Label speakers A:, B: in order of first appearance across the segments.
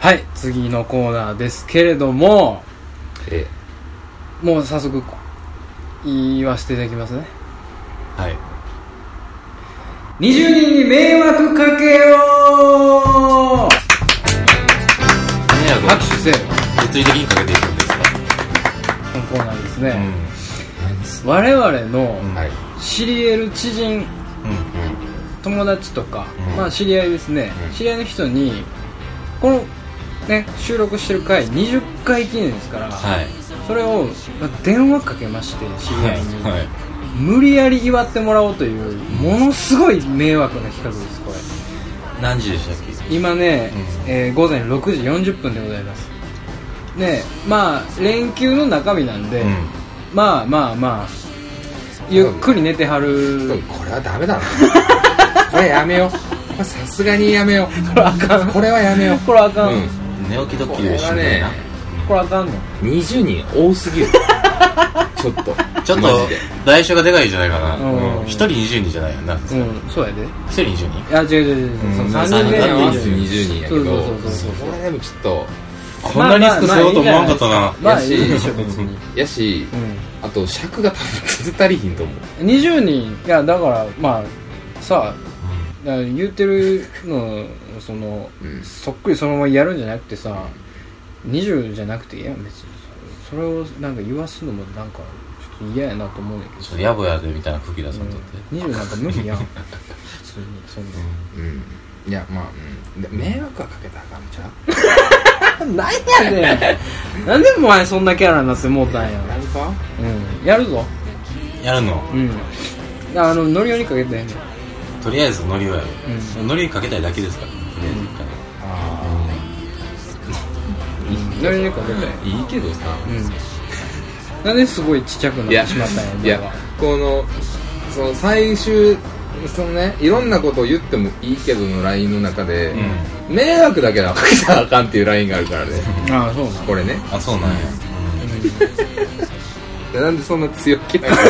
A: はい次のコーナーですけれども
B: え
A: もう早速言わせていただきますね
B: はい
A: 20人に迷惑かけよう
B: 何やろ
A: 拍手せよ
B: 物理的にかけていくんですか
A: このコーナーです
B: う
A: ね、我々の
B: んはい
A: 知り得る知人
B: うん
A: 友達とか、
B: うん
A: まあ知り合いですね、
B: うん
A: 知り合いの人にこのね収録してる回20回記念ですから、
B: はい
A: それをまあ電話かけまして知り合いに、
B: はい
A: 無理やり祝ってもらおうというものすごい迷惑な企画ですこれ
B: 何時でしたっけ
A: 今ね、
B: うん
A: えー午前6時40分でございますねまあ連休の中身なんで、まあまあまあゆっくり寝てはる
C: うんこれはダメだな これやめようこれさすがにやめよう
A: これあかん
C: これはやめよう
A: これあかん、
B: 寝起きドッキリでしんどいな
C: こ
A: これあかんの
C: 20人多すぎるちょっと
B: ちょっと
C: マジで
B: 代償がでかいんじゃないかな
A: うん
B: 1人20人じゃないよな1
A: うんそうやで
B: 人20人
A: いや違う違う違う、
C: うん
A: その3人
B: い
A: で
B: や
C: 合
B: い
C: わせ
B: や
C: て20人やけ
A: そう
C: ど
A: そうそうそう
C: それでもちょっと
B: こんなリスク背負うと思わんかったな
A: まあ
C: や
A: い
C: し
A: いでしょ別に、
C: やし
A: う、
C: あと尺が多分数足りひんと思うん
A: 20人いやだからまあさあだから言ってるのその、
C: うん
A: そっくりそのままやるんじゃなくてさ20じゃなくていいやん別にそれをなんか言わすのもなんかちょっと嫌やなと思うねんだけど
B: ちょっと野暮やでみたいな空気出さんとって
A: 20なんか無理やん普通にそんな
C: うんいやまあ、うんで迷惑はかけたらあかんちゃう
A: なんやねんなんでお前そんなキャラになってもうたんや
C: やるか
A: うんやるぞ
B: やるの
A: うんあのノリオにかけてんねん
B: とりあえずノリをやる
A: う
B: ノリにかけたいだけですからとりあえず一回
C: あ
A: ノリにかけて
C: あいいけどさ
A: うんなんですごいちっちゃく
C: い
A: なっ
C: や
A: てしまったんやお
C: い
A: 前は
C: やこのその最終そのねいろんなことを言ってもいいけどのラインの中で、迷惑だけはかけたらあかんっていうラインがあるか らね
A: ああそうな
C: これね
B: あそうなんや
C: でなんでそんな強気 なの全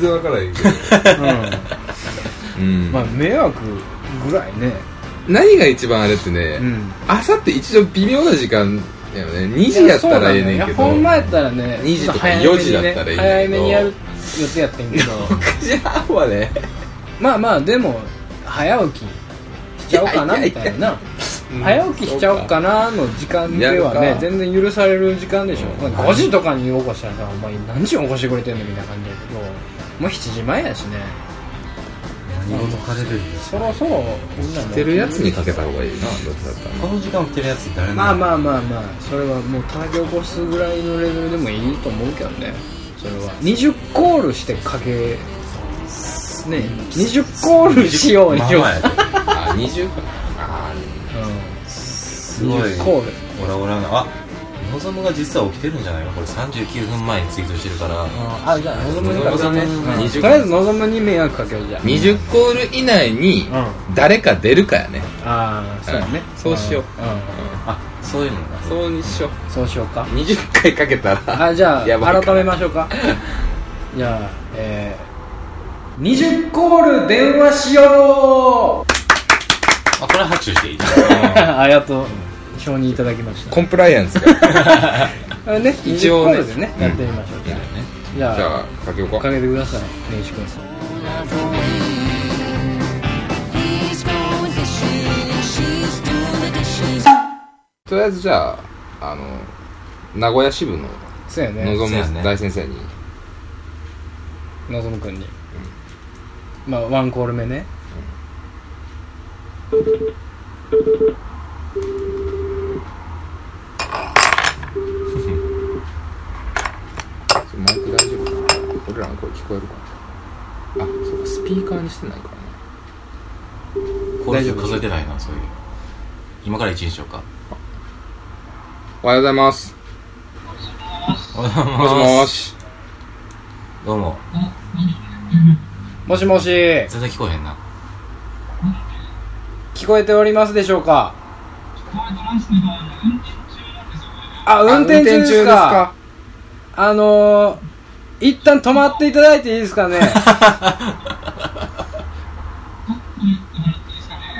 C: 然わからへんけど、
A: の
C: うん
A: まあ迷惑ぐらいね
C: 何が一番あれってね
A: うん
C: 朝って一応微妙な時間やよね2時やったらええねんけど
A: ほんまやったらね
C: 2時とか
A: ちょっ
C: 4時だったらいいんだけど
A: 早めにね早めにやる予定やってん けど
C: 6時半 はね
A: まあまあでも早起きしちゃおうかない
C: や
A: み
C: いや
A: た
C: いや
A: いな早起きしちゃおうかなの時間では
C: や
A: ね
C: るか
A: 全然許される時間でしょ
C: うん
A: 5時とかに起こしたらさお前何時に起こしてくれてんのみたいな感じだけどもう7時前やしね
B: 見事かれる
A: そろそろみんなも
C: 寝てるやつにかけた方がいいなどっちだったら
B: この時間起きてるやつ誰なの
A: まあまあまあまあそれはもう叩き起こすぐらいのレベルでもいいと思うけどねそれは20コールしてかけね20コールしように
B: まあ
A: しよう、
B: まあやで
C: あ20かあ
B: すごい
A: 20コール
B: オラオラなあ望むが実は起きてるんじゃないのこれ39分前にツイートしてるから
A: うんあじゃあ望むにかけよう
C: 望むね
A: うんと
C: 20
A: りあえず望むに迷惑かけようじゃあ
C: 20コール以内に
A: うん
C: 誰か出るかやね
A: ああそうだね、
C: うんそうしよう
B: あそういうのが
C: そうにしよ
A: うん、そうしようか
C: う20回かけたら
A: あじゃ
C: やばいか
A: あ
C: ら
A: 改めましょうかじゃあえー、20コール電話しよう
B: あこれ拍手し ていい
A: ありがとう承認いただきました
C: コンプライアンスが
A: あれね、
C: 一応
A: 20コ
C: ね
A: ールでね、やってみましょう。じ
C: じ
A: ゃ
C: ゃ
A: あ、
C: あかけよう
A: か
C: か
A: けてください、根岸君。
C: とりあえずじゃああの名古屋支部の
A: そうやね、
C: 望
B: そうやね
C: む大先生に
A: のぞむ君に。まあ、ワンコール目ね。
C: マイク大丈夫かな俺らの声聞こえるかなあそうかスピーカーにしてないからね
B: これ数えてないなそういう今から一日しようか
C: おはようございます
B: おはようござい
C: も
B: ま
C: し
B: す
C: もし
B: どうも
A: もしもし、
B: 全然聞こえへんな
A: 聞こえておりますでしょうかあ、運転中ですかあのー、一旦止まっていただいていいですかね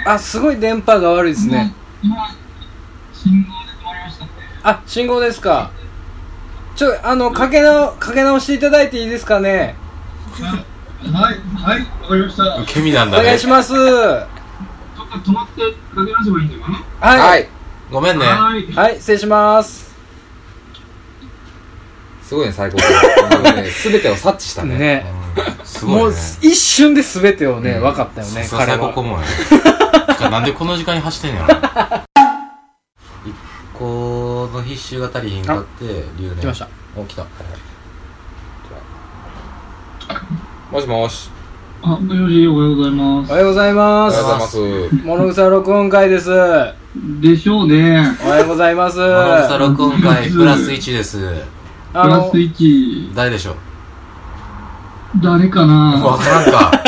A: あ、すごい電波が悪いですね。
D: 今、
A: あ信号ですかちょあのかけなかけ直していただいていいですかね
D: はい、はい、わかりました。ちょっ
B: 受け身なん
A: お
B: だね
A: 願いしますは
D: と止まってかけ直せばいいんだよね。
A: い
C: は
A: はいい、
B: ごめんね
D: はい。
A: はい、失礼します
C: すごいね、最高君。すべてを察知したね。
A: ね
B: うんす
A: も
B: ごいうね
A: 一瞬で全てをね、
C: うん
A: 分かったよね
B: さ
A: 彼
B: 最高顧
A: は
B: 問やねて かなんでこの時間に走ってんやろ1個の必修が足りひんかって留年
A: 来ました
B: お来た
C: もしもし。
D: あ、もしもし、おはようございま
A: おはようござい
C: お
A: ま
C: はようござい
A: す
C: ます。
A: 物草録音会ですおは
D: す。でしょうね。
A: ようございます
B: マさ
A: あ
B: 録音会プラス1です
D: プラ
A: の
D: ス1、
B: 誰でしょう
D: 誰かな
B: わからんか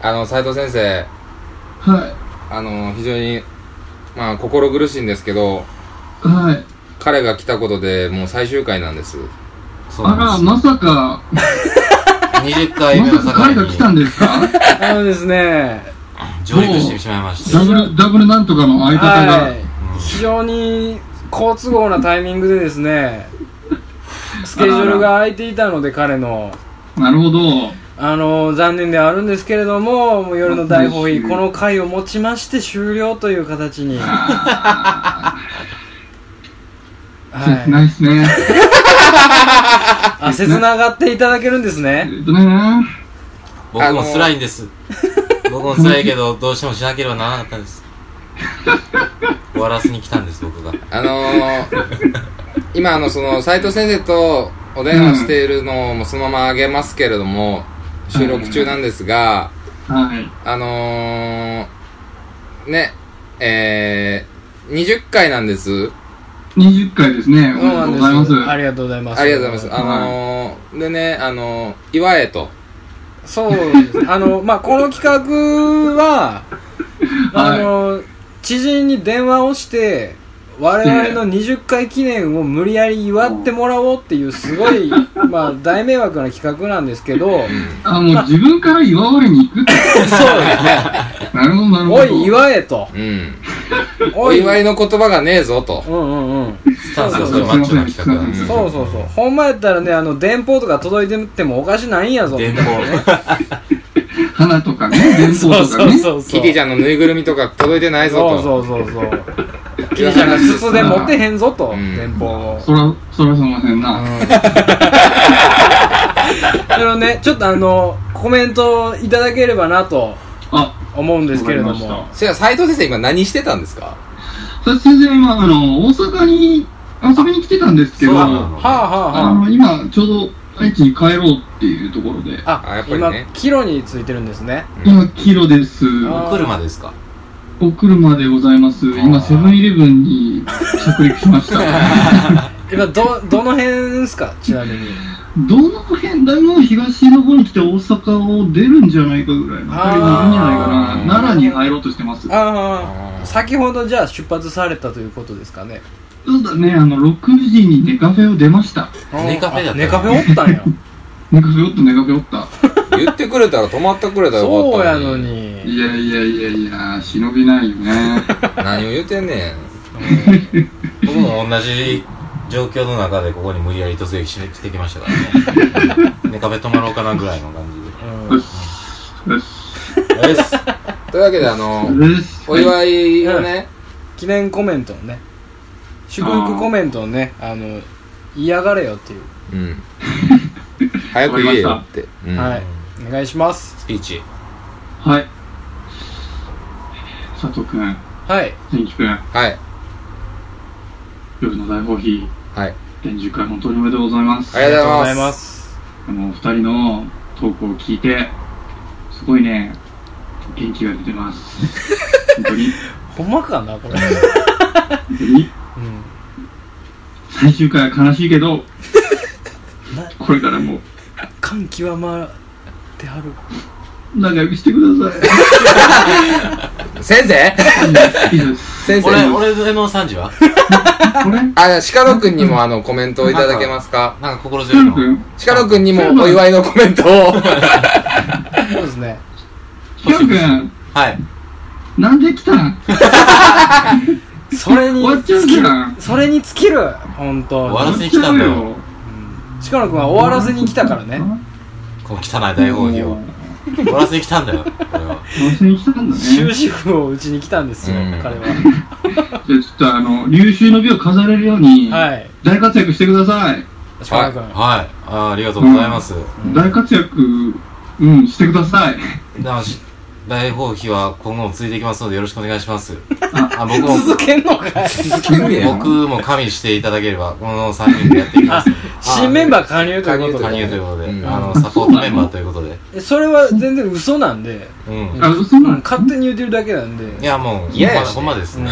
C: あの、斉藤先生、
D: は
C: あの、非常に、まあ、心苦しいんですけど、
D: い、はい。
C: 彼が来たことでもう最終回なんです。
B: そう
D: あ
B: な
D: ら、
B: んで
D: まさか、
B: す20回
D: ま
B: 目の
D: さか彼が来た
B: 境
D: ん
B: に
D: ですか
A: あのですね
B: 上陸してしまいまして
D: ダブル、ダブルなんとかの相方が。
A: はい非常に好都合なタイミングでですねスケジュールが空いていたので彼の
D: なるほど。
A: あの残念ではあるんですけれどももう夜の大放棄この回をもちまして終了という形 に
D: 切
A: は
D: ないいっすね。
A: あ切ながっていただけるんですね
D: えっとね、
B: 僕も辛いんです僕も辛いけどどうしてもしなければならなかったんです終わらせに来たんです僕が
C: あのー、 今、あの、その、斉藤先生とお電話しているのをもうそのままあげますけれども、収録中なんですが、
D: はい。
C: あのー、ね、えー、20回なんです。
D: 20回ですね。お
A: そう
D: めで
A: なん
D: とう
A: で
D: ご
A: す
D: ざいます。
A: ありがとうございます
C: ありがとうございます。あのー、でね、あのー、岩へと。
A: そうですあのまあこの企画は、
D: はい
A: あの知人に電話をして我々の20回記念を無理やり祝ってもらおうっていうすごい、まあ、大迷惑な企画なんですけど
D: あ、もう自分から祝われに行くって。
A: そうですね
D: なるほど、なる ほ
A: お
D: ど。
A: い祝えと
C: うん。お祝いの言葉がねえぞと。
A: うんうんうん
B: スタンスがすごいマッチョな企画なんです
C: ん
A: そうそうそうほんまやったらねあの電報とか届いててもおかしないんやぞ
B: 電報
D: 花とかね、伝統
A: そう
D: とか
A: そう
D: ね。
A: そうそう
C: キティちゃんのぬいぐるみとか届いてないぞ
A: そ
C: と。
A: うそうそうそう
C: キ
A: キリちゃんが筒で持ってへんぞと
C: うん
A: 電報を
D: そら、そらすみませんな。
A: あのね、ちょっとあの、コメントをいただければなと
D: あ、
A: 思うんですけれど
D: わかり
A: も
D: ま。
C: それは斉藤先生今何してたんですか
D: さ先生、今、あの、大阪に遊びに来てたんですけど、
B: そうな
D: あ
B: の
A: はあはあは
D: の、今、ちょうど愛知に帰ろうっていうところで、
A: あ。
C: あや
A: あ
C: っ、ぱり
A: 今
C: ね、
A: キロについてるんですね。
D: 今、キロです。
A: あ
B: 来るまでですか
D: お車でございます。今、セブンイレブンに着陸し ました。
A: 今、ど、どの辺ですかちなみに。
D: どの辺、だいぶ東の方に来て大阪を出るんじゃないかぐらいの、
A: あー
D: 距離にいるんじゃないかな。
C: あー
D: 奈良に入ろうとしてます。た
A: ああ、先ほどじゃあ出発されたということですかね。
D: だね、あの、6時にネカフェを出ました。
B: ネカフェだった
A: あネカフェおったん や。
D: ネカフェおった、ネカフェおった。
C: 言ってくれたら止まってくれたらよか
A: そ
C: っ
A: う
C: た
A: や
C: の
A: の
C: に。
A: に。
D: いやいやいやいや、忍びないよね。
C: 何を言ってんねん。
B: 僕も同じ状況の中でここに無理やり突撃してきましたからねうんネカフェ泊まろうかなぐらいの感
A: うん
D: よし。よし。
B: じでです
C: というわけであの、
D: よし。
C: お祝いをね、
A: 記念コメントをね。祝福コメントをね、あの、嫌がれよっていう。
C: うん。早く言えよって。うん
A: はい。お願いします。
B: スピーチ
D: はい。佐藤くん、
A: はい。
D: 天気くん、
C: はい。
D: 夜の大放棄、
C: はい。
D: 連十回本当におめでとうございます。
C: ありがとうご
A: あ
C: ざ
A: りがとうご
C: い
A: ざいま
C: ます。
A: す。
D: あの、二人のトークを聞いて、すごいね、元気が出て ます。本当に、
A: ほんまかな、これ。
D: 本当に、
A: うん
D: 最終回は悲しいけど、これからも
A: 感極まってはる
D: 仲良くしてくださ
C: 先生
D: い。以上です。
C: 先
B: 俺
C: 生
B: 俺の3時は
D: これ
C: あ、鹿野くんにもあの、コメントをいただけますか
B: なんか心強い
D: 佐
B: の
D: 藤くん
C: 鹿野くんにもお祝いのコメン ト
A: そ
C: を。
A: うですね
D: ヒロ君、
B: はい
D: なんで来たん
A: それに
D: 終わっちゃう
A: 尽き
D: じ
A: る
D: ゃん
A: それに尽きる本
B: 終わ
A: 当
B: ら
A: に
B: せに来たんだよ
D: 終わっ
A: 近野君は終わらずに来たからね
B: この汚い大放棄を終わらせに来たんだよこれ は
D: 終わらせに来たんだね
A: 終止符を打ちに来たんですよ
C: うん
A: 彼は
D: じゃあちょっとあの優秀の美を飾れるように、
A: はい
D: 大活躍してください
A: 近野君
B: はいあーありがとうございます、
D: 大活躍うんしてください
B: なおし大放棄は今後も続いていきますのでよろしくお願いしますあ僕も
A: 続けんのかい
C: 剣で
B: 僕も加味していただければこの3人でやっていきます
A: 新メンバー加入と
C: 加
A: い
C: 入
A: うこと
B: 加
A: で
B: 入ということで、
C: うん
B: あのサポートメンバーということで
A: えそれは全然嘘なんで
B: うん
D: あ嘘
A: う
D: なんの
A: 勝手に言ってるだけなんで
B: いやもう
C: 嫌やしね
B: ほんまほんまですね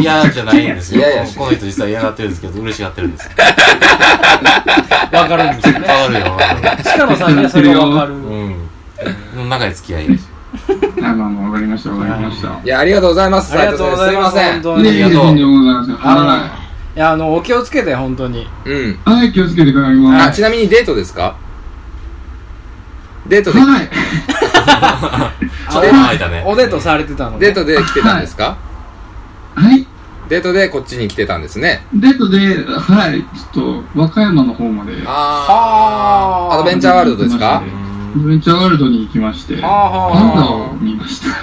B: 嫌じゃないんですよ
C: 嫌やしね
B: この人実は嫌がってるんですけど嬉しがってるんです
A: わかるんです よ
B: わ
A: ね
B: かるよわかる
A: 近野さんにはそれがわかる
B: うん長い付き合いやし
D: あまあまあわかりましたわかりました
C: いや、ありがとうございます。
A: ありがとうございます
C: 斉藤
A: 本当
C: さん
D: ね
A: に
D: えいいです
B: あ
D: ね
B: り
D: で
B: が
D: ございます
A: あの
D: はい
A: やあのお気をつけて本当に
C: すいません。うん。
D: いはい気をつけてくださいま
C: あ、
D: す
C: ちなみにデートですかデートで、
D: はい
B: ちょっと前だね
A: おデートされてたのね
C: デートで来てたんですか、
D: はい
C: デートでこっちに来てたんですね。
D: デートではいちょっと和歌山の方までア
A: は
C: あー。
A: ー
C: アドベンチャーワールドですか
B: うん
D: ドベンチャーワールドに行きまして
A: は
D: パ
A: あ
D: ンダ
A: は
D: を見ました
A: あ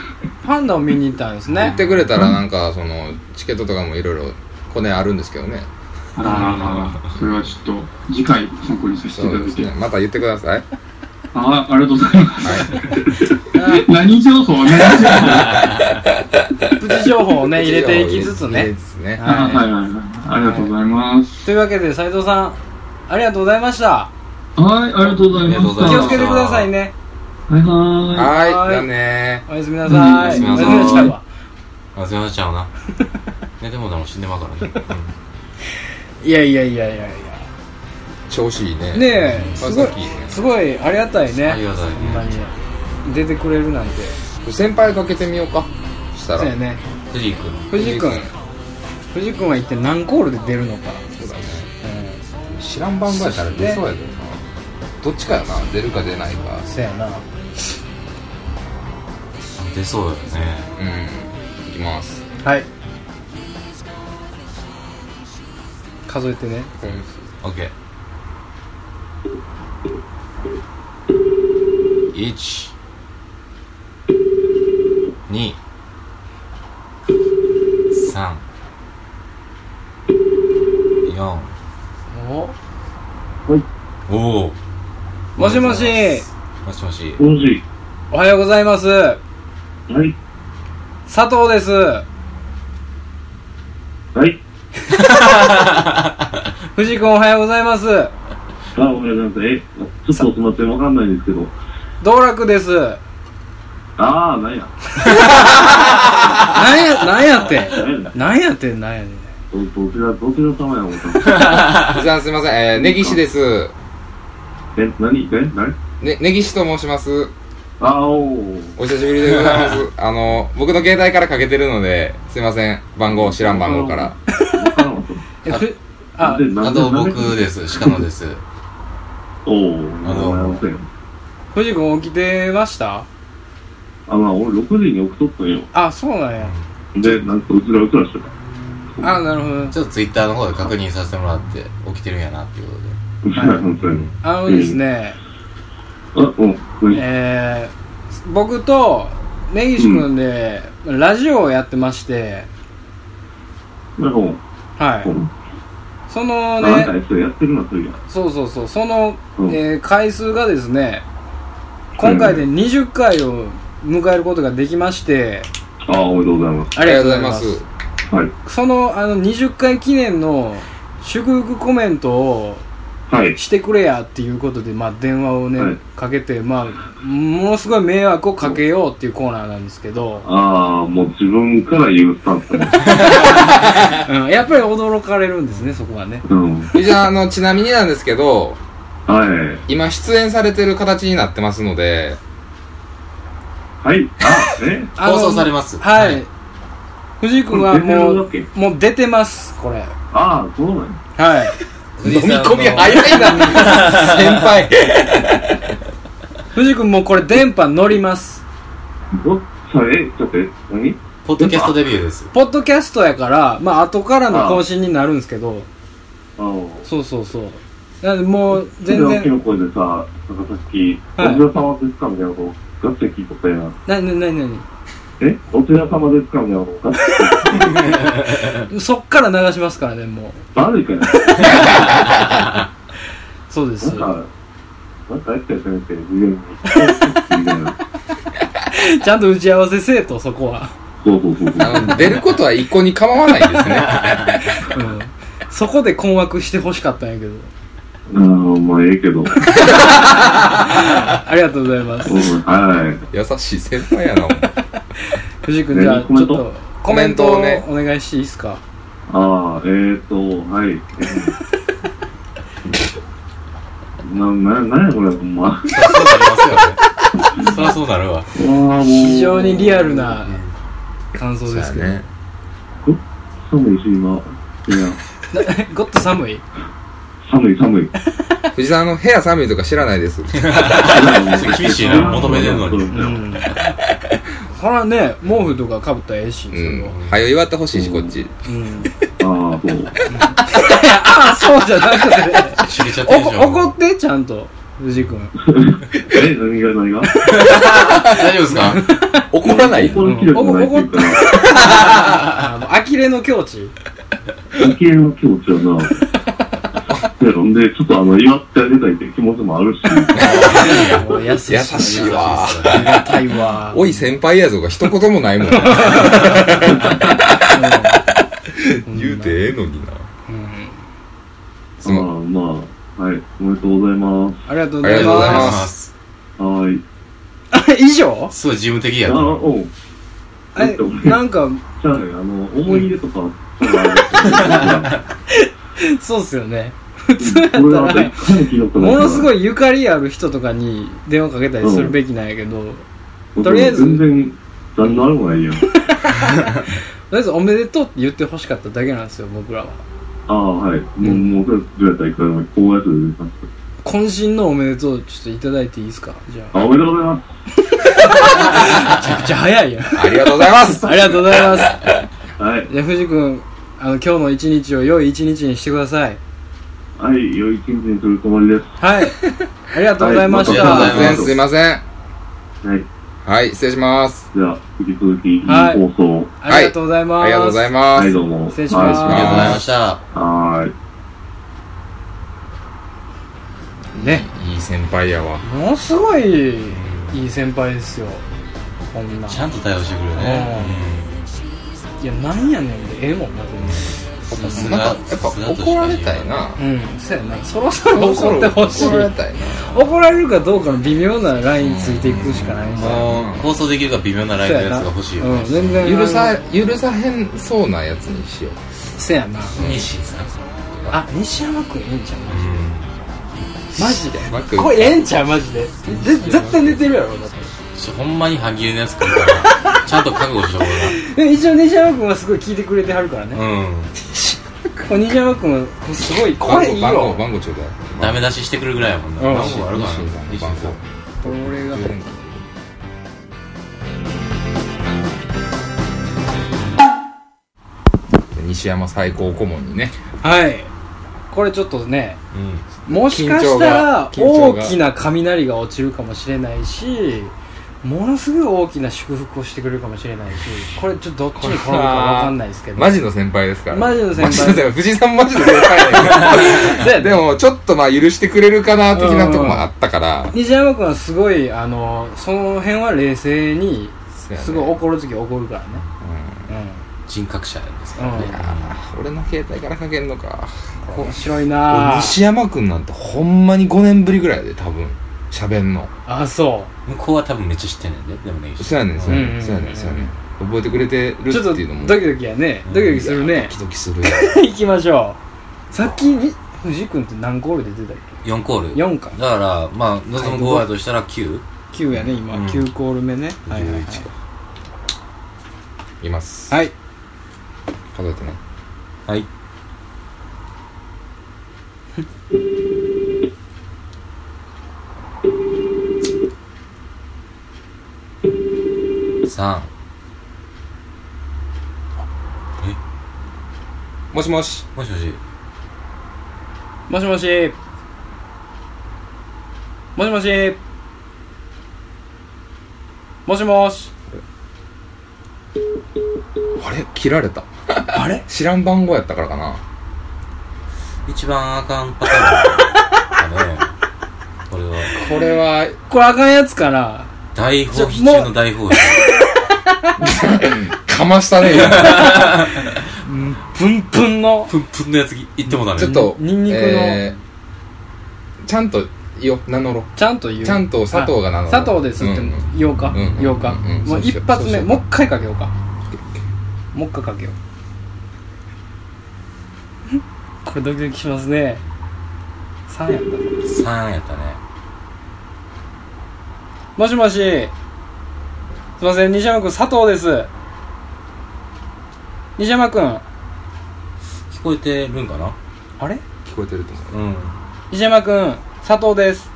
A: パンダを見に行ったんです
C: 言
A: ね
C: ってくれたらなんか、その、チケットとかもいろいろ、コネあるんですけどね。
D: ああそれはちょっと次回参考にさせて
C: そ
D: いた
C: う
D: だ
C: で
D: い
C: す
D: て
C: ね。また言ってください。
D: ああありがとうございます
C: はい。
D: 何情報 何情報
A: プチ情報をね入れていきつつ
C: 入れ
A: ね
C: つつね。
A: は
D: はいいはいはいありがとうございます
A: というわけで斉藤さんありがとうございました
D: はいありがとうございまし
B: あ
A: 気を
B: りが
D: た
B: と
A: つ
B: うご
A: け
B: ざい
A: て
B: ます
A: くださいね
D: はいは
C: はい。
A: はい
C: じゃあね
A: おやすみなさい
B: うんおやすみなさい
A: おやすみなさいわ
B: あすいませんちゃうな寝てもうたらもう死んでまうからね、うん
A: いやいやいやいやい
C: 調子いいね。
A: やねえ
C: 川
A: すごい
C: 崎いいね
A: すごいありがたいね
B: ありがたいね
A: ほんまに出てくれるなんて
C: 先輩かけてみようか。そした
A: そうや
C: ら。
A: ね
B: 藤井君
A: 藤井君藤井君は一体何コールで出るのか
C: そうだね。
A: う
C: 知らん番号やから出そうやけどな。どっちかやな。出るか出な
A: ん。
C: いか
A: そうやな
B: 出そうよね
C: うん。いきます。
A: はい数えてね
B: オッケー1 2 3 4
A: お
B: おお
A: もしもし
B: もしもし
D: いもし
A: おはようございます
D: はい
A: 佐藤です
D: はい
A: 藤井君おはようございます
E: あ、ごめんなさい。え、ちょっとすみません、わかんないですけど。
A: 道楽です
E: ああ、なんや。
A: なん やなんやって
E: なんや。
A: なんやってなんやねん
E: どどちら、どちら様や思ったの。
C: 藤さんすいません、えー、根岸です。
E: え、何え、何
C: ね、根岸と申します。
E: ああ、おー。
C: お久しぶりでござい ます。あの、僕の携帯からかけてるので、すいません、番号、知らん番号 から。
E: わからんわと。
A: えふあ
E: でな
B: あ
E: んで
B: と
E: なんで
B: 僕です鹿野です
E: おー、
B: あ
E: あ
B: ど
E: の、
B: うも
E: やません。
A: 藤井君起きてました
E: あ、まあ、俺6時に起きとったんよ。
A: あそうなんや
E: で、なんかうつらうつらしてた。
A: あなるほど
B: ちょっとツイッターの方で確認させてもらって起きてるんやなっていうことで
E: うつら、本当に。
A: あのですね、
E: あ、うん、何
A: えー、僕と根岸君でラジオをやってまして、
E: なんかもう、
A: は
E: う
A: い、
E: ん。
A: その
E: あ、なんか
A: ね
E: やつやってるな、そういや。
A: そうそうそうその、
E: うん
A: えー回数がですね今回で20回を迎えることができまして
E: ああ、おめでとうございます。
A: ありがとうございます
C: あり
E: はい。
A: そのあの20回記念の祝福コメントを
E: はい。
A: してくれやっていうことで、まあ、電話をね、
E: はい
A: かけて、まあ、ものすごい迷惑をかけようっていうコーナーなんですけど、
E: ああ、もう自分から言うスタンスね。
A: うん、やっぱり驚かれるんですねそこはね
E: うん。
C: がとうございます。藤さん、あの、ちなみになんですけど、
E: はい。
C: 今、出演されてる形になってますので、
E: はい。あ、え
A: あの
B: 放送されます
A: はい、藤井君はも
E: これ出て
A: う
E: るわ
A: もう出てますこれは
E: ああ、そうなんや。
A: い
C: 飲み込み
B: い
C: 早いな、先輩。
A: 藤井君もうこれ電波乗ります
E: どっちえ、ちょっと待って、何
B: ポッドキャストデビューです。
A: ポッドキャストやから、まあ後からの更新になるんですけど、
D: あの、
A: そうそうそう。なんでもう、全
D: 大き
A: 然、
D: な声でさ、なんかさっき、
A: はい
D: お寺様ですかみたいなこと、ガッて聞いとったやん。
A: な、な、な、な、
D: えお寺様ですかみたいなこと、ガッて聞いとった。
A: なそっから流しますからね、もう。
D: 悪いから、な
A: そうです。
D: んか、なんかやったやつやめて、無限に。みたいな。
A: ちゃんと打ち合わせせえと、そこは。
D: そうそうそうそう。
C: あの出ることは一向に構わないですね。
A: うん。そこで困惑してほしかったんやけど。
D: うん、まあええけど。うん、
A: ありがとうございます。
D: はい。
C: 優しい先輩やな、お前
A: 藤井君、じゃあ、
D: ね
A: ち
D: コ
A: ょ
D: メン
A: っと、
D: ト
A: コ
C: コ
A: メ
C: メ
A: ン
C: ン
A: ト
C: ト
A: を
C: をね
A: お願いしていいですか。
D: ああ、えーと、はい。 な、な、なんやこれ、ほんま。あ
B: そりゃそうなりますよね。そりゃそうなるわ。
D: ーもう
A: 非常にリアルな感想
C: そう
A: で
C: や
A: すけど。
C: ね。
D: 寒いし、今。いや、
A: ごっと寒い
D: 寒い寒い。
C: 藤さん、あの、部屋寒いとか知らないです。
B: 厳しいな、求めてるの
A: う
B: に。
A: ん。ほらね、毛布とかかぶったらええし、そうれは
C: ん。はよ祝ってほしいし、こっち。
A: うん。
D: ああ、そう。
A: ああ、そうじゃなくて。
B: 知れちゃって
A: お
B: るじ
A: こ
B: ゃん。
A: 怒って、ちゃんと。藤井君。
D: え、何が何が
B: 大丈夫ですか
C: 怒らない
D: 怒る気力がないっていうか、
A: あの、呆れの境地。
D: 畏敬の気持ちはな。そうやろんで、ちょっとあの、祝ってあげたいって気持ちも あるし、
A: もう優しい。
C: 優しいわ。
A: ありがたいわ。
C: おい、先輩やぞが一言もないもん。
A: うん
C: 言うてええのにな。
A: うん
C: す
D: あ
C: まん
D: まあまあ、はい、おめでとうございます。
A: ありがとうご
C: あ
A: ざ
C: りが
A: い
C: とうござい
A: ま。
C: ますす。
D: はーい。
A: 以上
B: すごい事務的や
D: あ、
B: な。うん
D: おう。
A: え、なんか、
D: じゃあね、あの、思い入れとか、そうなん です
A: そうっすよね。
D: けど俺はあと一回も聞いたことない
A: ものすご
D: い、
A: いゆかりある人とかに電話かけたりするべきなんやけど、と
D: 僕
A: とりあえず
D: 全然、何のあれもないやん。
A: りあえずおめでとうって言ってほしかっただけなんですよ、僕らは。
D: ああ、はい。もう、
A: うん
D: もう、どうやったらいくらでも、こうやって出てきます。
A: 渾身のおめでとうちょっといただいていいですかじゃあ。
D: あ、おめでとうございます。
A: めちゃくちゃ早いやん。
C: ありがとうございま す
A: ありがとうございます。
D: はい。
A: じゃあ、藤君、あの、今日の一日を良い一日にしてください。
D: はい、良い一日にするつもりです。
A: はい。ありがとうございまし
B: はい
A: た。
B: ありがとうござい
C: 突然すいません。
D: はい。
C: はい、失礼します。
D: じゃあ、引き続き、いい放
A: はい
D: 送。
A: ありがとうございます。
C: ありがとうござい
A: ま
C: ま
D: はい、
C: す。
D: どうも。
A: 失礼します
B: ありがとうございました。
D: はーい。
A: す。ね。
C: いい先輩やわ。
A: ものすごい、いい先輩ですよ。こんな。
B: ちゃんと対応してくれるね。
A: いや、なんやねんで、ええもんな、全然。
B: さす
C: なんか、や
B: が
C: っぱ怒られたい。な。
A: うん、そうやな。そろそろ怒ってほしい
C: 怒。られたいな。
A: 怒られるかどうかの微妙なラインついていくしかないし。
B: もう、放送できるか微妙なライ
A: そう
B: ブの
A: やな。
B: やつが欲しいよ
A: う
B: ね
A: ん、。全然。
C: 許さ、許さへんそうなやつにしよう。
A: せやな。
B: 西さん。
A: あ、西山くんええんちゃう
B: うん
A: マジで
C: マック
A: これええんちゃうマジでぜ絶対寝てるやろだって
B: ちょほんまに半切れのやつ来るから、ちゃんと覚悟しとこ
A: でも一応西山君はすごい聞いてくれてはるから
B: う
A: ね、
B: な。うん。
A: これ西山君はすごい
C: 番
A: 声い
C: 号、
A: い
C: 番号、
A: よ
C: 番号ちょうだ
B: ダ
C: い。
B: メ出ししてくるぐらいやもんな。
A: うん
B: 番号あるか
C: 西
B: な。西
C: 西
B: さ
C: 番
B: ん
C: 号。
A: これ俺が
C: 西山最高顧問にね。
A: はいこれちょっとね
B: うん。
A: もしかしたら
C: 緊
A: 大
C: 張が緊張が
A: きな雷が落ちるかもしれないしものすごい大きな祝福をしてくれるかもしれないしこれちょっとどっちに転ぶかわかんないですけど
C: マジの先輩ですから。
A: マジの先輩
C: マジの先輩。藤井さんマジの先輩や
A: そうや ね
C: けどでも、ちょっとまあ許してくれるかな、的なとこもあったから。
A: 西山君はすごいあのその辺は冷静にすごい怒る時怒るからねう
B: 人格者なんですか
A: ん
B: ら
A: うん
B: ね。
C: あー俺の携帯からかけんのか。
A: 面白い
C: 俺
A: なぁ
C: 西山くんなんてほんまに5年ぶりぐらいやで、多分。喋んの。
A: あそ
B: 向こうは多分めっちゃ知ってんねんで。でもね、
C: そうやねん、そうやね
A: うん
C: ん、そうやねん、そうやねん。覚えてくれてる
A: うちょっと
C: っ
A: ド
C: ていうのも。
A: キドキやねドキドキするね
C: ドキドキする。
A: 行きましょうさっきに藤井君って何コールで出たっ
B: 4コール。
A: け4か
B: だから、まあ、望む5やとしたら 9?
A: 9やね今、
B: うん
A: 9コール目ねはいはい、はい
B: 11か。
C: います。
A: はい、
C: 数えてね。
B: はい。三、
C: もしもし
B: もしもし
A: もしもしもしもしもしもし
C: あれ切られた
A: あれ
C: 知らん番号やったからかな
B: 一番あかんパターンだねこれは
C: これは
A: これあかんやつかな
B: 大放棄中の大放棄
C: かましたね 今
A: プンプンの
B: プンプンのやつ言ってもダメ
C: ちょっと
A: ニンニクの
C: えーちゃんとよ名乗ろう
A: ちゃんと言う
C: ちゃんと佐藤が名乗る
A: 佐藤ですって
C: うんうん
A: 言おうか
C: うんうん
A: 言おうか
C: うんうん
A: もう
C: そうし
A: 一
C: よう
A: 発
C: そうし
A: 目
C: よう
A: もう一回かけようかもう一回かけようこれドキドキしますね3やった
B: 3やったね
A: もしもし。すいません、西山くん、佐藤です。西山くん。あ
B: 聞こえてるんかな
A: れ
C: 聞こえてると思う
B: うん
A: 西山くん、佐藤です。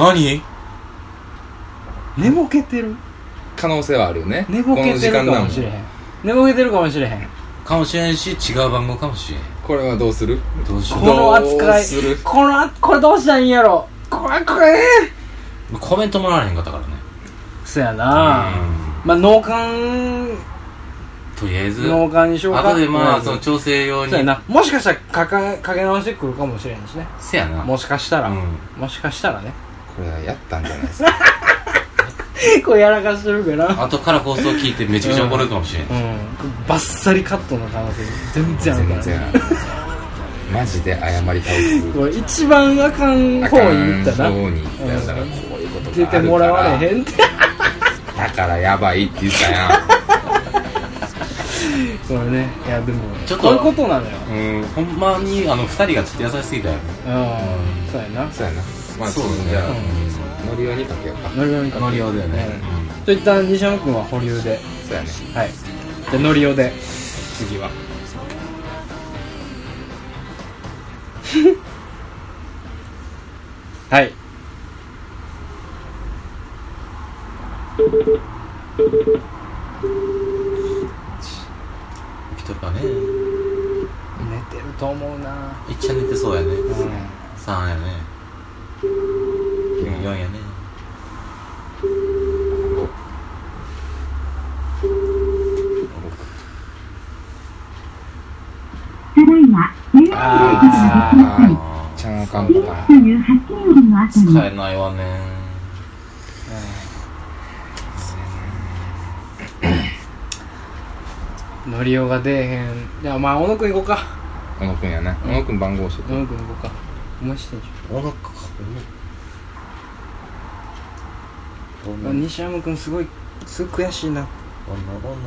B: 何
A: 寝ぼけてる
C: 可能性はあるよね
A: 寝ぼけてるかもしれへ
C: この時間だ
A: ん。寝ぼけてるかもしれへん。
B: かもしれんし違う番号かもしれん
C: んこれはどうする
B: どうしよ
A: この扱い
C: どうする、
A: この、これどうしたらいいんやろ。これ、これ。
B: うコメントもらわれへんかったからね
A: そやなまあ、脳幹、
B: うんとりあえず
A: 脳幹にしようか。
B: 後でまあそ
A: そ
B: の調整用に
A: うやな。もしかしたらかか、かけ直してくるかもしれへんしね。
B: せやな
A: もしかしたら。
B: うん
A: もしかしたらね。
C: これはやったんじゃないですか
A: 結構やらかしてるから。
B: 後から放送聞いてめちゃくちゃ怒るかもしれん
A: うん、バッサリカットの可能性全然ある
C: 全
A: から
C: 然あるマジで謝り倒す
A: これ一番あかん
C: あ
A: 方
C: か
A: に行
C: ん
A: ったな
C: 方に行ったんだからこういうこと
A: 出
C: があ
A: て
C: る
A: も
C: からら
A: われへんって
C: だからやばいって言ったやん
A: こ れねいやでも
B: ちょっと
A: こういうことなのよ
B: うんほんまにあの2人がちょっと優しすぎたよね
A: うんそうやな
C: そうやなまあ
B: そうだね
C: じゃ
B: うん
C: あ乗り用にかけようか
A: ノリノリか
B: ノリオだよね
A: じゃあ一旦西山君は保留で
C: そうやね
A: はいじゃあノリオで次ははい
B: 起きとるかね
A: 寝てると思うない
B: っちゃん寝てそうやね
A: うん
B: 3やね4やね
F: ただいま、電話
A: あー
C: あ
B: あ
C: ーちゃんあかんパターン
F: という発信音の後
B: ー
F: に
B: 使えないわね
A: ノリオが出えへんじゃあまあ小野くん行こうか
C: 小野くんやね小野くん番号教えて
A: 小野くん行こうかお前してんじ
B: お腹かお
A: ゃん、
B: 腹
A: あ西山くんすごいすごい悔しいな
B: この女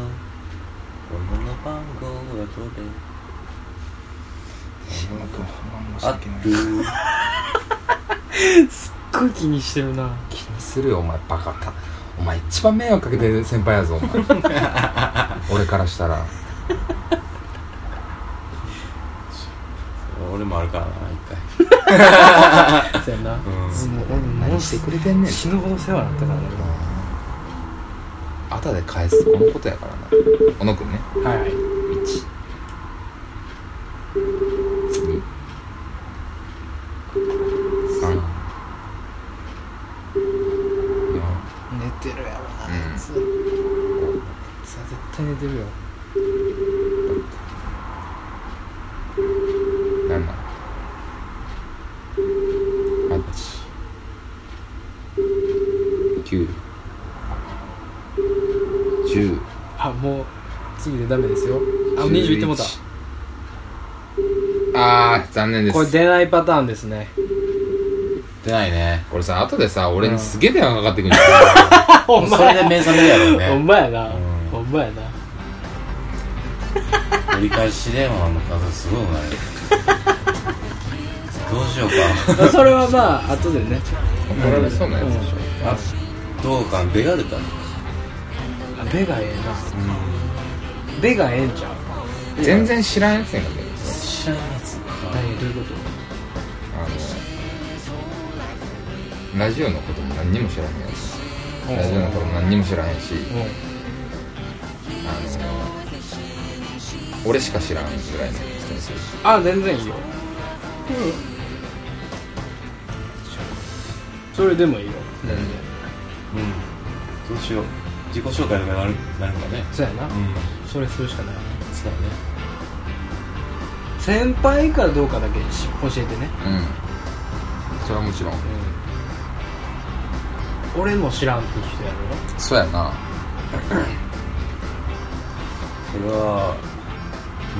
B: 女の番号はどれ
C: 小野くん番号教
B: あ
C: えてない
B: っ
A: すっごい気にしてるな
C: 気にするよお前バカたお前一番迷惑かけてる先輩やぞお 前俺からしたら
B: 俺もあるからな一回
A: そうやな、も
B: う
A: う俺もう
C: 何してくれてんねん
A: 死ぬほど世話になったからね
C: 後で返すこのことやからな小野くんね
A: はいはい
C: 1 2 3 4
A: 寝てるやろな、
C: うん
A: あいつあいつは絶対寝てるよ
C: 7 8 9 10
A: あもう次でダメですよあ20いってもうた
C: あー残念です
A: これ出ないパターンですね
B: 出ないね
C: 俺さ後でさ俺にすげえ電話かかって くるんじゃ
A: お
B: それで目覚めるやろう
A: ほん
B: ね
A: まやな
B: うん
A: ほんまやな
B: 折り返し電話の数すごいなどうしようか
A: まあそれはまあ後でね
C: ん怒られそうなやつでしょ
B: あどうかベガルタ
A: あベがええなベがええんちゃう
C: 全然知らんやつやんかね
B: 知らんやつか
A: 何どういうこ
C: あのラジオのことも何にも知らへんやつラジオのことも何にも知らへんし
A: と
C: あ俺しか知らんぐらいの人にする
A: あ全然いいよそれでもいいよ全然
B: うんどうしよう自己紹介とかなるなるのかね
A: そうやな
B: うん
A: それするしかない
B: そうだね
A: 先輩かどうかだけし教えてね
C: うんそれはもちろん
A: 俺も知らんって人やろ
C: そうやな
B: これは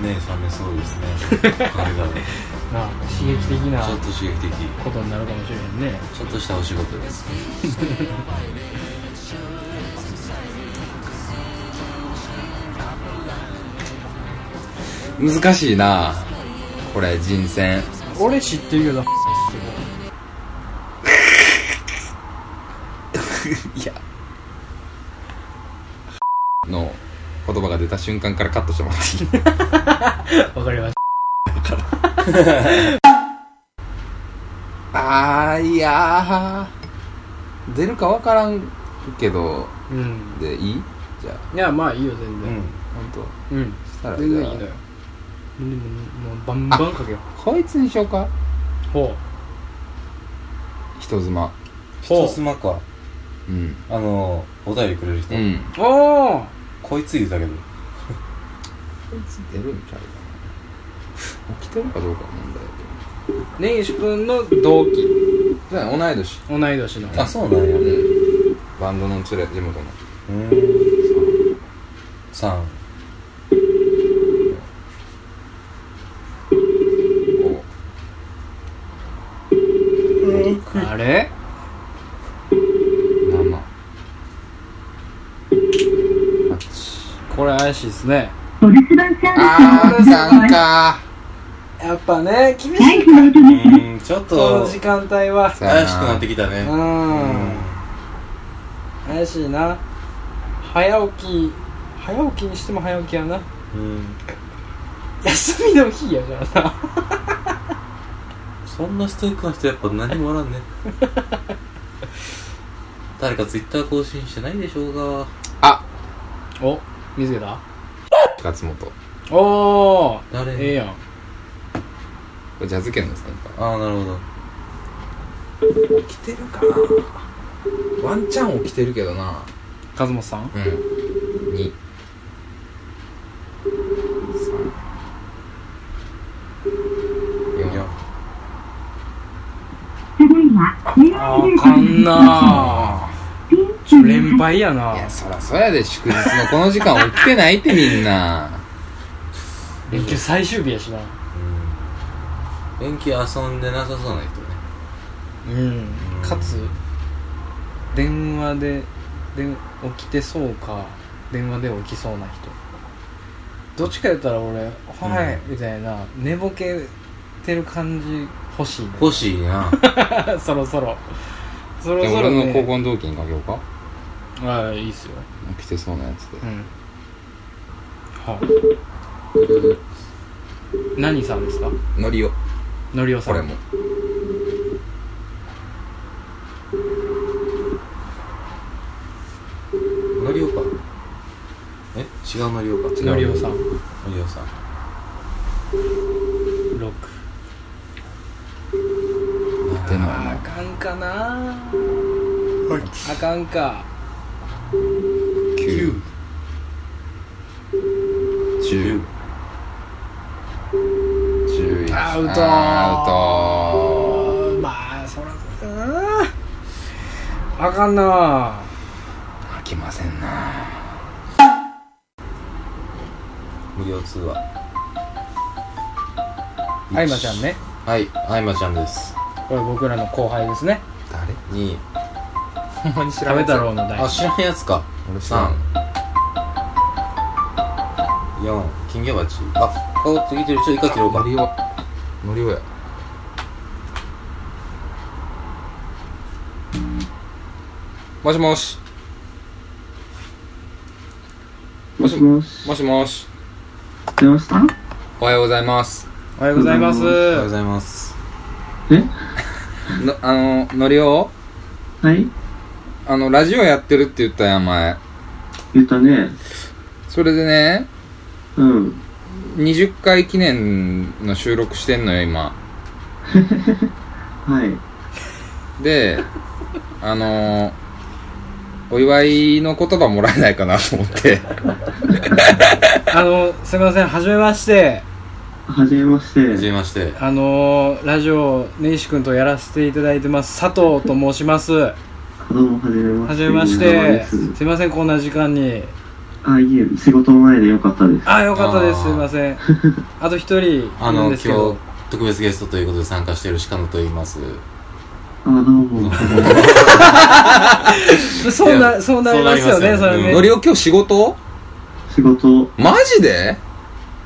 B: 目覚めそうですね これがね
A: なあ刺激的な
B: ちょっと刺激的
A: ことになるかもしれんね
B: ちょっとしたお仕事です
C: 難しいなこれ人選
A: 俺知ってるけど
C: いやの言葉が出た瞬間からカットしてもらっていい
A: わかりまし
C: あーいやー出るか分からんけど
A: たうん
C: でいいじゃあ
A: いやまあいいよ全
B: うん
A: 然
C: 本当
A: うん
C: したら
A: 全然いい
C: じ
A: の
C: ゃ
A: よでももうバンバンかけよ
C: あこいつにしようか
A: うほ
C: 人妻
B: 人妻か
C: うん
B: あのお便りくれる人、
C: うん
A: うおお
B: こいつ言うたけど
C: こいつ出るんちゃうかな起きてるかどうかは問題だ
A: 根岸君の同期
C: けどじゃあ同い年
A: 同い年の
B: あそうなんやう
C: うんバンドの連れ地元の
B: ーん三
C: こ
A: あれ
C: う7
A: これ怪しいですね
F: お留守番サ
C: あ
F: ービ
C: ー
F: ス
C: さんか
A: やっぱね厳し
F: 大変
B: う
F: です
B: ーんちょっと
A: 間帯は
C: さ
B: 怪しくなってきたね
A: う
B: うん
A: ん怪しいな早起き早起きにしても早起きやな
B: うん
A: 休みの日やからな
B: そんなストイックな人やっぱ何もお らんね誰かツイッター更新してないでしょうが
A: お見つけた
C: 勝本
A: おお
B: 誰
A: ええやん
C: これジャズ圏の先輩
B: ああなるほど
C: 起きてるかなワンチャン起きてるけどな
A: 和本さん
C: うん2 3 4
F: ただいま連
A: あ
F: 絡する
A: かんな
F: ピンチ
A: 連敗やない
C: やそらそやで祝日のこの時間起きてないってみん な
A: 連休最終日やしな
B: うん連休遊んでなさそうな人ね
A: うんかつ電話でで起きてそうか電話で起きそうな人どっちか言ったら俺「はい」みたいな寝ぼけてる感じ欲しいね
B: 欲しいな
A: そろそろそろ
C: でも
A: そろ、
C: 俺
A: ね
C: の、高校の同期にかけようか
A: ああいいっすよ
C: 起きてそうなやつで
A: うんはい何さんですか
C: ノリオ
A: のりおさ
C: こ
A: ん
C: れも
B: 乗りようかえ違う乗りようか
A: のりおさん
B: 乗りようさん
A: 6
C: 出てない
A: あ
C: な
A: かんかなあかんか
C: 9 10 11
A: アウトー
C: アウト
A: まあそらそうだなあかんな
C: ー飽きませんな
B: 無料通話
A: あいまちゃんね
B: はいあいまちゃんです
A: これ僕らの後輩ですね
C: 誰
B: 2
C: ほんまに調
A: 食べ太郎の代
B: あ知らんやつか
C: 俺知らん
B: 三。四金魚鉢あ顔ついてるちょいか切ろうか
C: ノリオノリオやもしもし
D: もしもし。
C: もしもし
D: 出ました
C: おはようございます
A: おはようございます
B: おはようございます
C: のあのノリオ
D: はい
C: あのラジオやってるって言ったやん前
D: 言ったね。
C: それでね
D: うん。
C: 20回記念の収録してんのよ今
D: はい。
C: であのーお祝いの言葉もらえないかなと思って
A: あのすいませんはじめまして
D: はじめまし
B: はじめ
D: て。
B: まして。
A: あのラジオ根岸君とやらせていただいてます佐藤と申しますは
D: どうもはじめまし
A: じ
D: て。
A: めまし
D: 皆様で
A: て
D: す
A: すいませんこんな時間に
D: あ、いえ、仕事の前でよかったです。
A: あよかったです
B: あー
A: すいませんあと一人い
B: あ
A: るん
B: の、今
A: です
B: 日
A: けど、
B: 特別ゲストということで参加している鹿野と言います。
D: あ、どうも。
A: そうなそうなりますよね
B: そうなりますよね
A: それね
C: のりお今日仕事
D: 仕事、
C: マジで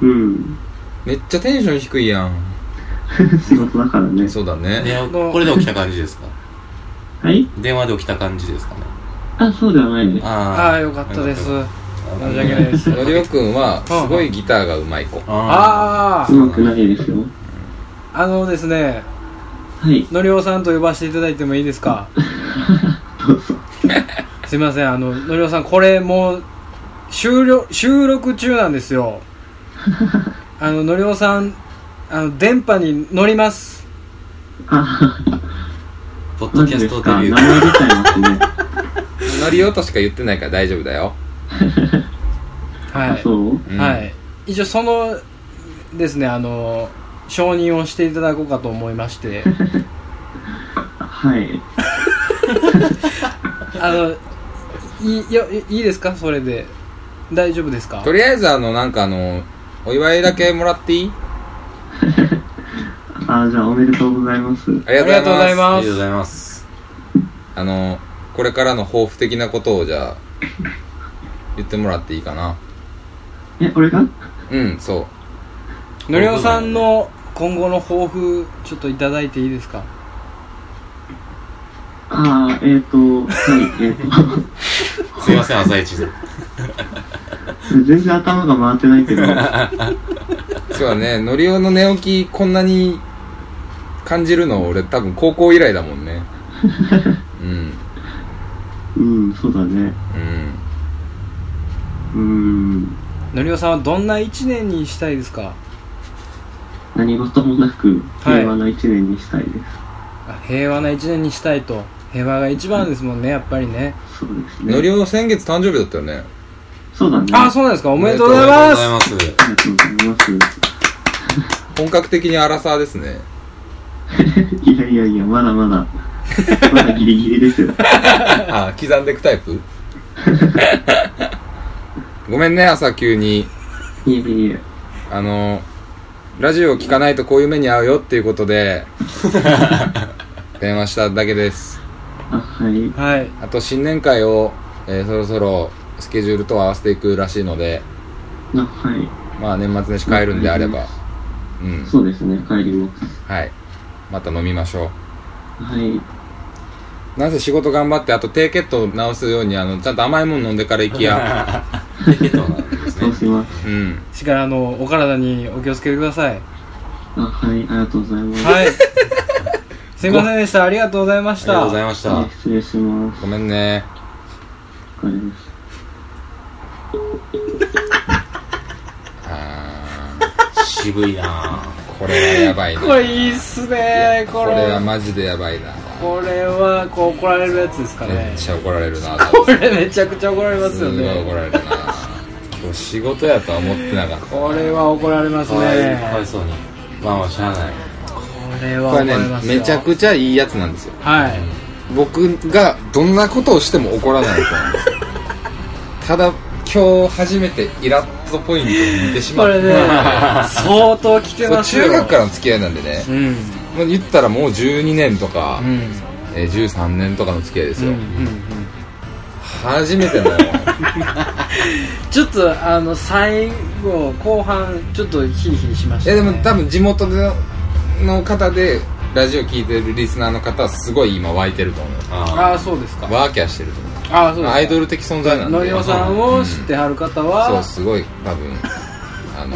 D: うん。
C: めっちゃテンション低いやん
D: 仕事だからね。
C: そうだね
B: で
A: の
B: これで起きた感じですか
D: はい
B: 電話で起きた感じですかね
D: あ、そうではないです。
A: あ
B: あ
A: あよかったです申
B: よ
A: し
B: かった
A: 訳ないです
C: のりおくん はすごいギターがうまい子
B: あ
A: あ
D: うまくないですよ。
A: ああのですね
D: はい、
A: のりおさんと呼ばせていただいてもいいですか
D: どうぞ。
A: すいませんあののりおさんこれもう終了収録中なんですよあののりおさんあの電波に乗ります
D: あ、
B: ーポッ
D: マ
B: ド
D: ジ
B: キャ
D: で
B: ス
D: す
B: ト
D: か。
B: デ
D: 名
B: ビュー
D: 前出ちゃいますね。
C: のりおとしか言ってないから大丈夫だよ
A: は
D: あ、
A: い、
D: そう
C: うん
A: はい一応そのですねあの承認をしていただこうかと思いまして
D: はい。
A: あのいいよいいですかそれで大丈夫ですか
C: とりあえずあのなんかあのお祝いだけもらっていい
D: あ、じゃあおめでとうございます。
C: ありがとうございます
B: あ
A: ありがとう
B: りがとうご
A: ご
B: ざいます
C: あのこれからの抱負的なことをじゃあ言ってもらっていいかな
D: え、俺が
C: うんそう
A: のりおさんの今後の抱負ちょっといただいていいですか
D: あー、えっ、ー、と、はい、えっ、ー、
B: すいません朝一で
D: と、 全然頭が回ってないけど、
C: そうだねのりおの寝起きこんなに感じるの俺多分高校以来だもん ねうん
D: うん、そうだね。
C: うん
D: うん、
A: のりおさんはどんな1年にしたいですか
D: 何事もなく、
A: はい
D: 平和な一年にしたいです。
A: あ平和な1年にしたいと平和が一番ですもんねやっぱりね
D: そうです
C: のり
D: ね。
C: お先月誕生日だったよね
D: そうだね。
A: あそうなんですかおめでとうございま
B: お
A: す
B: めでとうござい
D: ありがとうございます。
C: 本格的にアラサーですね
D: いやいやいや、まだまだ、まだギリギリですよ。
C: あ刻んでいくタイプ ごめんね朝急に
D: いえいえ。
C: あのラジオを聞かないとこういう目に遭うよっていうこと で電話しただけです
D: あ、はい。
A: はい
C: あと新年会を、えーそろそろスケジュールと合わせていくらしいので
D: あ、はい。
C: まあ年末年始帰るんであればうん
D: そうですね、帰ります。
C: はいまた飲みましょ
D: はい。
C: うなぜ仕事頑張ってあと低血糖直すようにあのちゃんと甘いもの飲んでから行きや
B: ますテケットなんです
D: そ
B: ね
D: うします。
C: うん
A: しっかりあのお体にお気をつけてください
D: あ、はい。ありがとうございます。
A: はいすいませんでしたありがとうございま
B: あ
A: し
B: りがとうござい
A: た
B: まし
D: は
B: た
D: い失礼します。
C: ごめんね
D: お疲れです。
C: あ
B: 渋いなぁ
C: ーこれはやばいな
A: これいいっすねこ
C: こ
A: れ
C: れはマジでやばいな
A: これはこう怒られるやつですか
C: め
A: ね
C: っちゃ怒られるな
A: これめちゃくちゃ怒られます
C: す
A: よ
C: ごい怒
A: ね
C: られるな今日仕事やとは思ってなかった
A: これは怒られます
B: かわいいかわい
A: ね
B: そうにまあまあしゃあない
A: これは怒
C: こ
A: ら
C: れね
A: れますよ
C: めちゃくちゃいいやつなんですよ
A: はい
C: 僕がどんなことをしても怒らない子なん ですよただ今日初めてイラッとポイントを見てしま
A: こ
C: っ
A: れ
C: た
A: ね相当来て
C: そう
A: ますよ
C: 中学からの付き合いなんでね、
A: うん
C: もう言ったらもう12年とか、
A: うん
C: えー13年とかの付き合いです
A: うんう
C: よ、
A: んうん
C: 初めての
A: ちょっとあの最後後半ちょっとヒリヒリしました、
C: え
A: ね、
C: でも多分地元のの方でラジオ聞いてるリスナーの方はすごい今湧いてると思う
A: あ
B: あ
A: あそうですか
C: ワーキャーしてると思う
A: ああそうですか
C: アイドル的存在なんで
A: のりおさんを知ってはる方
C: そう
A: は、
C: すごい多分あの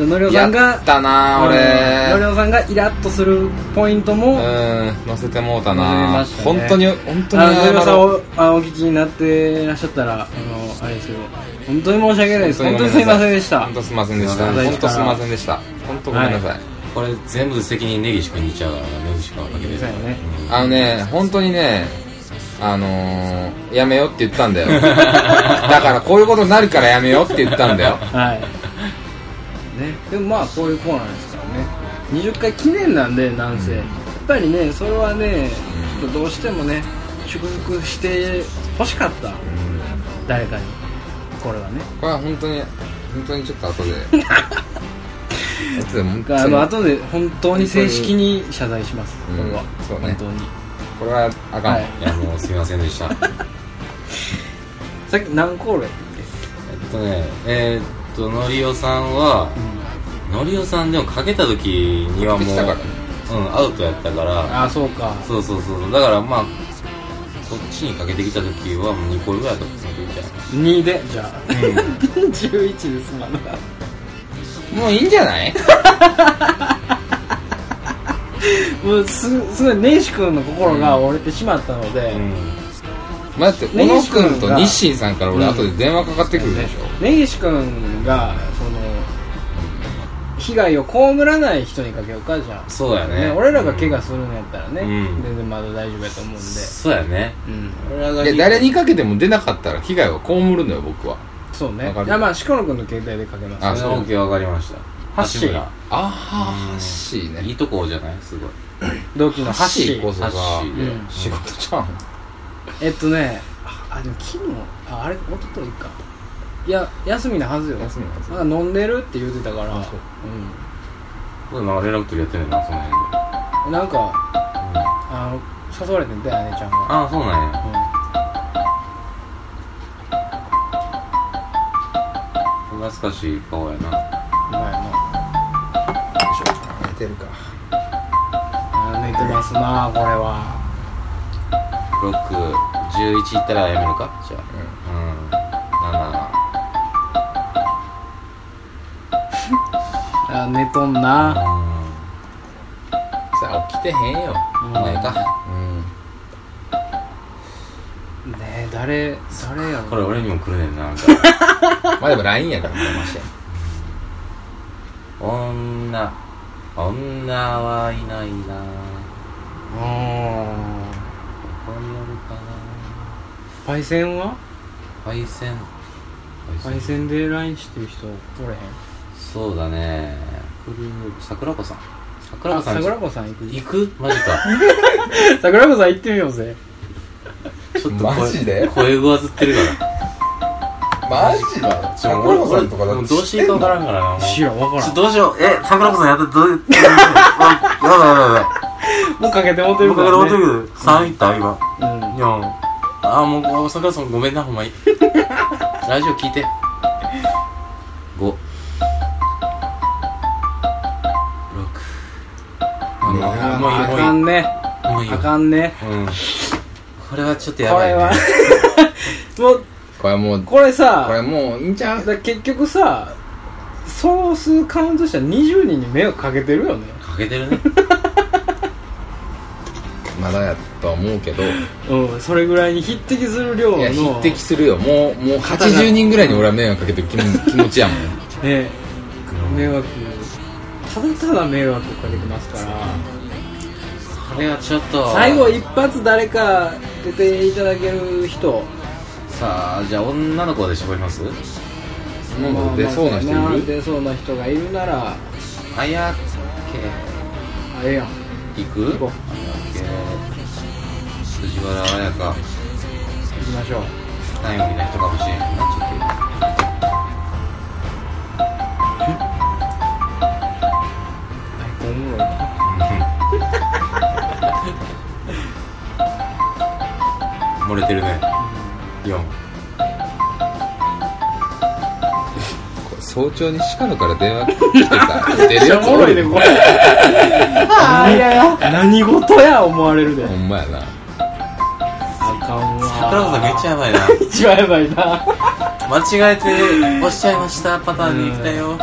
A: のりおさ
C: や
A: んが
C: ったなぁ
A: うんの
C: 俺
A: りおさんがイラッとするポイントも、
C: うん乗せてもうた
A: 乗
C: な
A: せましたね
C: 本当に本当
A: あ
C: に
A: の、
C: 謝
A: 皆さん
C: ろう
A: おあお聞きになっていらっしゃったら、あの、あれですけど、本当に申し訳ないです。本当にすいませんでした
C: 本。当すいませんでした
A: すいません
C: 本
A: でした
C: 当すいませんでした本当ごめんなさい、
B: これ全部責任根岸君に言っちゃうからな根岸君は負けてるから
A: そうやね
B: うん
C: あのね本当にねあのー、やめようって言ったんだ よだからこういうことになるからやめようって言ったんだよ
A: はい。ね、でもまあ、こういうコーナーですからね。20回記念なんで、なんせ。やっぱりね、それはね、ちょっとどうしてもね、祝福して欲しかった。誰かに。これはね。
C: これは本当に本当にちょっと後 で後で本当に
A: あの、後で本当に正式に謝罪します。
C: うん
A: これは。
C: そうね
A: 本当に。
C: これはあかん、
A: はい
B: いやもうすいませんでし たえ
A: さっき何コールやっ
B: っとねえーっとのりおさんは
A: たっけうん
B: のりおさんでもかけた時にはも
C: できたから
B: う、うん、アウトやったから
A: あ、そうか。
B: そうそうそうだからまあこっちにかけてきた時はもう2個ぐらいだと思ってみたい
A: 2でじゃあ、
B: うん
A: 11ですまだ
C: もういいんじゃない
A: もうすすごい根岸君の心が折れてしまったので、
C: 待って小
A: ね
C: 野
A: 西
C: 君と
A: 君が
C: 日清さんから俺
A: うん
C: 後で電話かかってくるでしょ、
A: 根岸君がその被害を被らない人にかけようかじゃあ
B: そうやね
A: 俺らが怪我するんやったらね、
B: うん
A: 全然まだ大丈夫やと思うんで、
B: そうやね
A: うん、
B: 俺らが
C: いや誰にかけても出なかったら被害は被るのよ僕は
A: そうね
C: わかる
A: いやまあしこの君の携帯でかけます
C: あ
B: あ
C: そう
B: そう OK わかりました
A: ハッシー
B: 八
C: ああハッシー
B: 村い
C: ね
B: いとこじゃないすごい
A: 同期の
C: ハ
A: ハ
C: ッ
A: ッシ
C: シー
A: ー
C: こそ
B: ハ
C: が
B: ッシーで、
A: うん
C: 仕事じゃん
A: えっとねああでも昨日ああれ一昨日かいや休みなはずよ
C: 休みなはず
A: なんか飲んでるって言ってたからうん
B: これなんか連絡取り合ってるんなその辺で、
A: なんか
B: うん
A: あの誘われてんだよ姉ちゃんが
B: ああそうなんや懐かしい顔やな
A: うんうまいな
C: 寝てるか
A: あー抜いてますなこれは
B: 611いったらやめるかじゃあ
A: あー寝とんな
B: う
C: さあ起きてへんよ
A: うん
B: ん7うんないか
C: うん
A: ねえ誰誰やろ
B: これ俺にも来るねんななんか
C: まあでも LINE やからまし
B: 女女はいな
A: うー
B: いな
A: ん
B: ここにおるかな
A: パイセンは
B: パイセン
A: パイセンで LINE してる人おれへん
B: そうだね来る桜子さん桜
A: あ
B: 子さん
A: 桜子さん行く
B: 行くマジか
A: 桜子さん行ってみようぜ
B: ちょっと声
C: マジで
B: 声上ずってるから
C: マジで
B: ちょ
C: 桜子さんとかだ
B: 俺
C: っ
B: 俺
C: て
B: どうしていいかわからんからなもう
A: 知らんわから
B: ちょ
A: ん
B: どうしよう。え、桜子さんやったどう いう。やばいやばいやばい。
A: もうかけてもうて
B: 僕
A: るか
B: からら
A: ね
B: 持ってくる。3いった今。
A: うん
B: 4。あー、もう、桜子さんごめんな、ほんまに。 ラジオ聞いて。5。6。もう
C: や
B: もうい
A: あ
B: い、もういい
A: か。んね
B: もういい
A: あかんね
B: よ。うん。これはちょっと
A: こ
B: やばい
A: れ
B: ね。
A: は もう
C: これもうこ
A: これさ
C: れもういいんちゃ
A: だ
C: う
A: から結局さ総数カウントしたら20人に迷惑かけてるよね
B: かけてるね。
C: まだやとは思うけど
A: うんそれぐらいに匹敵する量の
C: いや匹敵するよもうもう80人ぐらいに俺は迷惑かけてる気持気持ちやもん
A: ね迷惑ただただ迷惑かけてますから
B: これはちょっと。
A: 最後一発誰か出ていただける人
B: さあ、じゃあ女の子で絞ります
C: なんか出そうな人
A: まあまあ
C: いる
A: 出そうな人がいるならあ
B: あや
A: ええやん
B: け。いく
A: 行こう
B: 藤原綾香
A: 行きましょう
B: 頼りな人かもしれんなち
A: あいこおもろいな
B: ょっと漏れてるね4
C: これ早朝に鹿野から電話来てさ出るやつ
A: おも
C: お
A: ろ い
C: る
A: で
C: よ
A: これあーいやいや何事や思われるで
C: ほんまやな
A: あかんわ
B: 桜子さんめっちゃやば いな
A: 一番やばいな
B: 間違えて押しちゃいましたパターンに行きたよ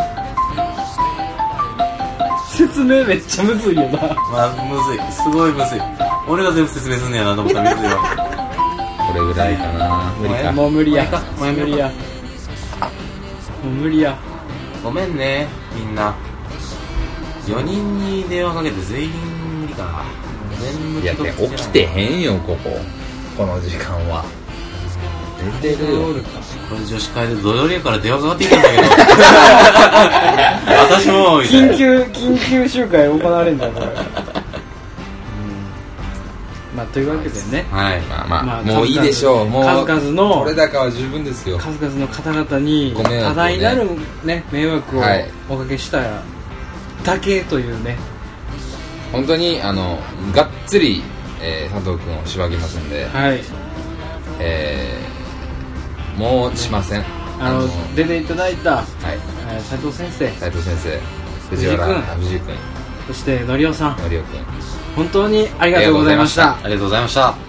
A: 説明めっちゃむずいよな
B: まあ、むずい。すごいむずい。俺が全部説明すんねやなと思ったらむずいよ。
C: これぐらいかな無理か
A: もう無理や
B: お前
A: 無理やもう無 理や
B: ごめんね、みんな。4人に電話かけて全員無理かな。全無
C: い
B: 理
C: や
B: と
C: で起きてへんよこここの時間は寝てるよ
B: これ女子会で土曜日から電話かかってきたんだけ ど。私も、みたいな
A: 緊。急緊急集会行われるんだこれうんまあというわけでね
B: はい。
C: まあまあ、
A: まあ
C: もういいでしょうもう
A: 数々の
C: これだけは十分ですよ
A: 数々の方々に
C: ご迷惑をね
A: 多大なる、ね、迷惑を
C: はい
A: おかけしただけというね、
C: 本当にあのがっつり、えー佐藤君をしばきますんで、
A: はい、
C: えーもうしません
A: あの出ていただいた
C: はい
A: 斉藤先生
C: 斉藤先生
A: 藤井
C: 藤
A: 君
C: 原あ藤井君
A: そしてのりおさん
C: のりお君
A: 本当にありがとうございました
B: ありがとうございました。